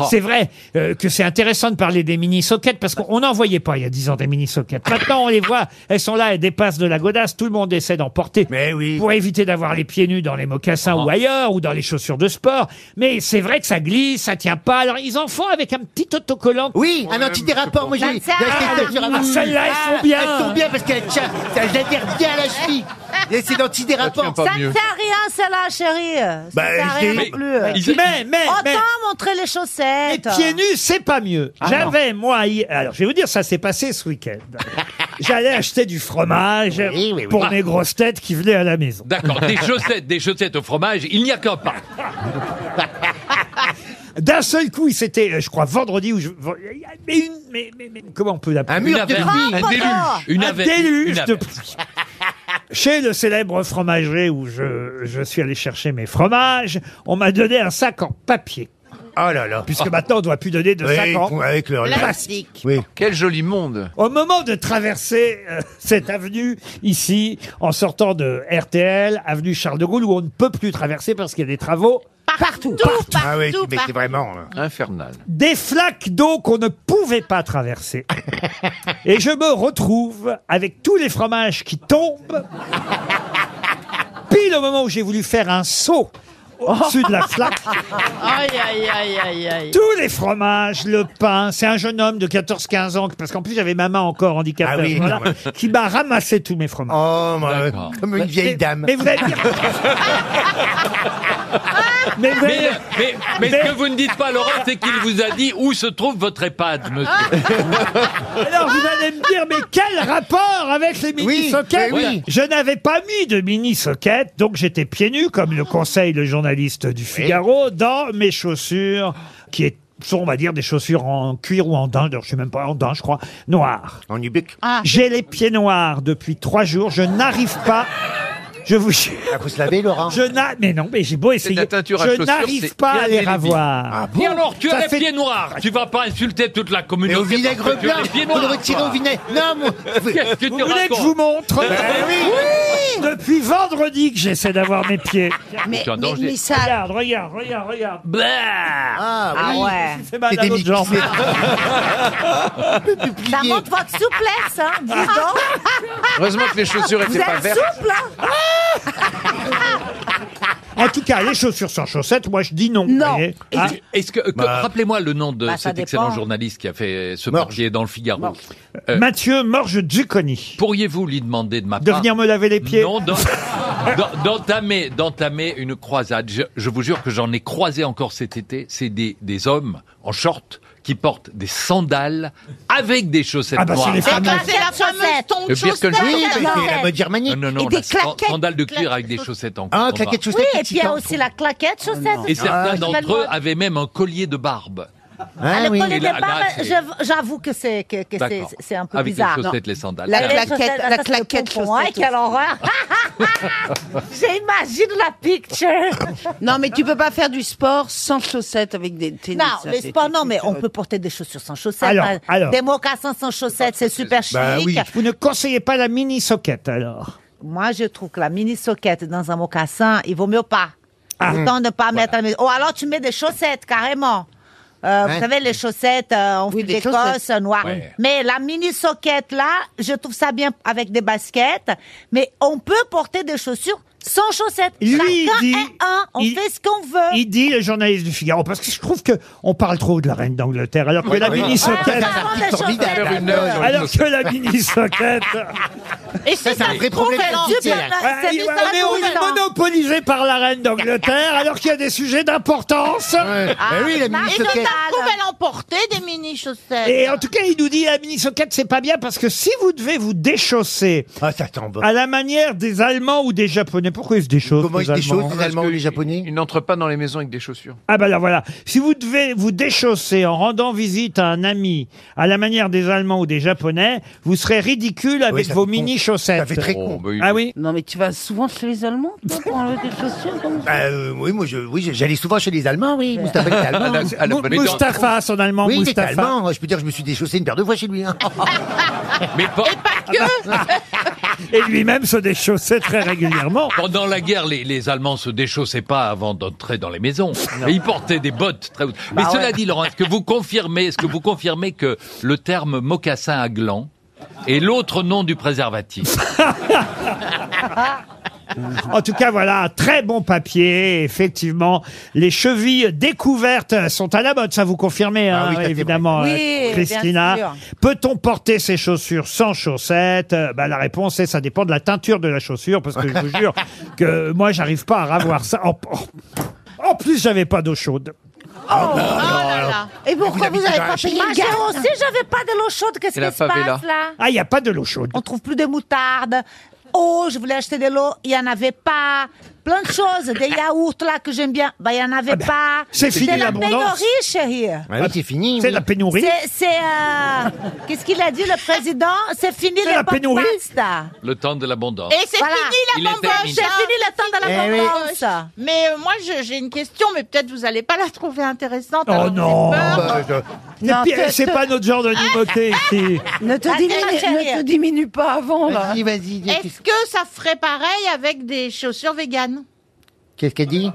Oh. C'est vrai euh, que c'est intéressant de parler des mini-sockets parce qu'on n'en voyait pas il y a 10 ans des mini-sockets. Maintenant, on les voit, elles sont là, elles dépassent de la godasse, tout le monde essaie d'en porter pour éviter d'avoir les pieds nus dans les mocassins Oh. ou ailleurs ou dans les chaussures de sport. Mais c'est vrai que ça glisse, ça tient pas. Alors, ils en font avec un petit autocollant. Oui, un antidérapant. Moi, j'ai j'ai acheté ça sur Ah, Amazon. celles-là, elles sont bien. Elles sont bien parce qu'elles tiennent- elles adhèrent bien à la cheville. Et c'est l'antidérapant. Ça ne sert à rien, celle-là, chérie. Bah, ça ne sert à rien j'ai- non plus. Mais- mais- mais- Autant mais- montrer les chaussettes. Pieds nus, c'est pas mieux. Ah J'avais, moi, hi- alors je vais vous dire, ça s'est passé ce week-end. J'allais acheter du fromage Oui, oui, oui. pour Ah. mes grosses têtes qui venaient à la maison. D'accord, des chaussettes, des chaussettes au fromage, il n'y a qu'un pain. D'un seul coup, c'était, euh, je crois, vendredi ou je... Mais une... Mais, mais- mais- comment on peut l'appeler Un mur Une de averse, pluie. un déluge, Ah, une Un averse, déluge une de averse. pluie. Chez le célèbre fromager où je, je suis allé chercher mes fromages, on m'a donné un sac en papier. Oh là là. Puisque maintenant, on ne doit plus donner de Oui, sac en avec le plastique. Oui. Quel joli monde Au moment de traverser euh, cette avenue ici, en sortant de RTL, avenue Charles de Gaulle, où on ne peut plus traverser parce qu'il y a des travaux, Partout. Partout. Ah oui, mais c'est partout. vraiment. infernal. des flaques d'eau qu'on ne pouvait pas traverser. Et je me retrouve avec tous les fromages qui tombent, pile au moment où j'ai voulu faire un saut au-dessus de la flaque. Aïe, aïe, aïe, aïe, aïe. Tous les fromages, le pain. C'est un jeune homme de 14-15 ans, parce qu'en plus j'avais ma main encore handicapée, Ah oui, à ce moment-là, non, qui m'a ramassé tous mes fromages. Oh, moi, D'accord. comme une vieille Mais- dame. Mais vous allez dire. mais vous allez Mais, dire- mais- mais ce que vous ne dites pas, Laurent, c'est qu'il vous a dit où se trouve votre EHPAD, monsieur. alors vous allez me dire, mais quel rapport avec les mini sockets mais oui. Je n'avais pas mis de mini sockets, donc j'étais pieds nus, comme le conseille le journaliste du Figaro, dans mes chaussures, qui est- sont, on va dire, des chaussures en cuir ou en daim, d'ailleurs, je sais même pas, en daim, je crois, noires. En Ubuck. Ah. J'ai les pieds noirs depuis trois jours, je n'arrive pas, je vous jure, Ah, faut se laver, Laurent. je n'arrive, mais non, mais j'ai beau essayer, la teinture à je chaussures, n'arrive c'est Ah. pas à les inéluctable. ravoir. Et alors, tu Ça as les fait- pieds noirs. Tu vas pas insulter toute la Mais communauté. au vinaigre parce que tu as blanc, les pieds faut le noirs, retirer toi. au vinaigre. Non, mon. Qu'est-ce que Vous tu voulez que je racontes vous montre Ben Depuis vendredi que j'essaie d'avoir mes pieds. Ah. Mais, C'est un mais, danger. mais ça. Regarde, regarde, regarde, regarde. Bah Ah Ah oui. ouais. C'est mal C'est à des l'autre mix- jambe. Ça Plié. montre votre souplesse, hein. Dis donc. Heureusement que les chaussures Vous étaient pas êtes vertes. souple, hein. En tout cas, les chaussures sans chaussettes, moi je dis non. Non. vous voyez. Et- Ah, Est-ce que, que- rappelez-moi le nom de Bah, ça cet excellent dépend. journaliste qui a fait ce Morge. papier dans le Figaro. Euh, Mathieu Morge Duconi. Pourriez-vous lui demander de ma part Ah. De venir me laver les pieds. Non, d'en- d'en- d'entamer, d'entamer une croisade. Je, je vous jure que j'en ai croisé encore cet été. C'est des, des hommes en short qui portent des sandales avec des chaussettes Ah bah c'est noires. les femmes. Des chaussettes. Le pire que le Oui, mais c'est la mode Non, germanique. Ah non, non, Et des la san- claquettes. sandales de cuir avec des chaussettes en Ah, en claquettes bas. Oui, chaussettes. et puis il y a aussi la claquette chaussette. Et certains Ah, d'entre eux totalement. avaient même un collier de barbe. Ah le oui. collier de Là, là, barbe, c'est- je- j'avoue que c'est que, que c'est D'accord. c'est un peu avec bizarre. les chaussettes, les sandales. La Ah, Les claquette- chaussettes, la ça, c'est claquette le pompon, hein, chaussette quelle horreur J'imagine la picture. Non, mais tu peux pas faire du sport sans chaussettes avec des tennis. Non, ça, mais c'est- c'est pas non, c'est- mais c'est- on peut porter des chaussures sans chaussettes. Alors, hein. alors. Des mocassins sans chaussettes, c'est super chic. Bah oui. Vous ne conseillez pas la mini socket alors. Moi, je trouve que la mini soquette dans un mocassin, il vaut mieux pas. Ah. Autant ne pas mettre. un- Oh, alors tu mets des chaussettes carrément. Euh, Ouais. Vous savez, les chaussettes euh, en Oui, fil des d'Écosse chaussettes. noires. Ouais. Mais la mini soquette là, je trouve ça bien avec des baskets. Mais on peut porter des chaussures sans chaussettes. Lui, il Chacun dit- est un. On il- fait ce qu'on veut. Il dit le journaliste du Figaro parce que je trouve que on parle trop de la reine d'Angleterre alors que la oui. mini Ah, on socket. va prendre des Formidable. chaussettes. Faire une heure, Alors que la mini socket. Ah, Et si Ça, c'est un vrai problème judiciaire. Ah, il- on est- on est monopolisé par la reine d'Angleterre alors qu'il y a des sujets d'importance. Ouais. Ah, Bah oui, la mini socket. pouvait l'emporter des mini chaussettes. Et en tout cas, il nous dit la mini socket c'est pas bien parce que si vous devez vous déchausser Ah, ça tombe. à la manière des Allemands ou des Japonais, pourquoi ils se déchaussent Comment les ils se déchaussent, Allemands les Allemands ou les Ils Japonais n'entrent pas dans les maisons avec des chaussures. Ah bah alors voilà, si vous devez vous déchausser en rendant visite à un ami à la manière des Allemands ou des Japonais, vous serez ridicule avec ça vos fait con. mini Ça chaussettes. fait très Oh, con. bah, Ah oui. Non, mais tu vas souvent chez les Allemands toi, pour enlever des chaussures comme ça. Bah, euh, oui, moi, je- oui, j'allais souvent chez les Allemands, oui. Moustapha était allemand. À la Mou- bonne étoile. Mustapha, son allemand, Oui, il était Mustapha. Ah allemand. Je peux dire, je me suis déchaussé une paire de fois chez lui. hein. Mais pas- et lui-même se déchaussait très régulièrement. Pendant la guerre, les, les Allemands se déchaussaient pas avant d'entrer dans les maisons. Et ils portaient des bottes très hautes. Mais cela dit, Laurent, est-ce que vous confirmez, est-ce que vous confirmez que le terme mocassin à gland est l'autre nom du préservatif En tout cas, voilà, un très bon papier, effectivement. Les chevilles découvertes sont à la mode, ça vous confirmez, hein, évidemment, vrai. euh, Oui, Christina. bien sûr. Peut-on porter ses chaussures sans chaussettes Euh, bah, La réponse est, ça dépend de la teinture de la chaussure, parce que je vous jure que moi, j'arrive pas à ravoir ça. En, en- en plus, j'avais pas d'eau chaude. Et pourquoi vous n'avez pas payé Moi, le j'ai gars aussi, j'avais pas de l'eau chaude. Qu'est-ce Et la qui se passe favela. là Ah, il n'y a pas de l'eau chaude. On trouve plus de moutarde. Oh, je voulais acheter de l'eau, il n'y en avait pas. Plein de choses, des yaourts là que j'aime bien, bah il n'y en avait pas. Ah ben, c'est fini, la l'abondance. pénurie, chérie. Ah oui, c'est fini. C'est oui. la pénurie. C'est, c'est, euh, qu'est-ce qu'il a dit le président C'est fini C'est la les pénurie. pasta. Le temps de l'abondance. Et c'est Voilà. fini Il la est bamboche. terminé. C'est fini le temps de la Eh oui. tendance. Mais euh, moi, je- j'ai une question, mais peut-être vous allez pas la trouver intéressante. Oh alors j'ai non. peur. Ah, je- Et puis, te- c'est te- pas notre genre de nouveauté ici. Ne te, Ah, diminue, ma chérie. ne te diminue pas avant, là. Vas-y, vas-y, dis- Est-ce que ça ferait pareil avec des chaussures véganes qu'est-ce qu'elle dit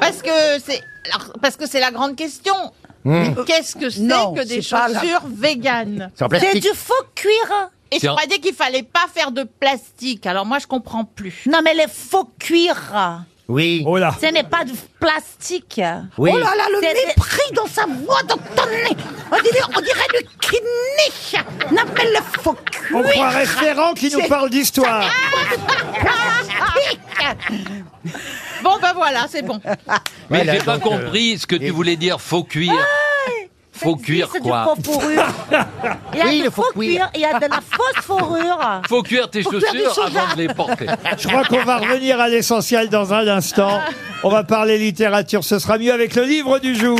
Parce que c'est alors, parce que c'est la grande question. Hmm. Qu'est-ce que c'est Non, que des c'est pas la- chaussures véganes C'est en C'est plastique. du faux cuir. Et je Tiens. croyais qu'il fallait pas faire de plastique. Alors moi, je comprends plus. Non mais les faux cuir, Oui, Oh là. ce n'est pas du plastique. oui. Oh là là, le C'est- c'est- mépris dans sa voix, dans ton nez. On dirait, on dirait du kidney. Non, mais le faux cul. On croirait Ferrand qui nous parle d'histoire. Bon, ben voilà, c'est bon. Mais Voilà, j'ai pas donc, compris ce que tu voulais dire faux cuir. Faux Ah, Si, cuir c'est quoi du faux fourrure. Il y a Oui, du le faux faux cuir, il y a de la fausse fourrure. Faux cuir tes cuire des chaussures avant sauvages. de les porter. Je crois qu'on va revenir à l'essentiel dans un instant. On va parler littérature. Ce sera mieux avec le livre du jour.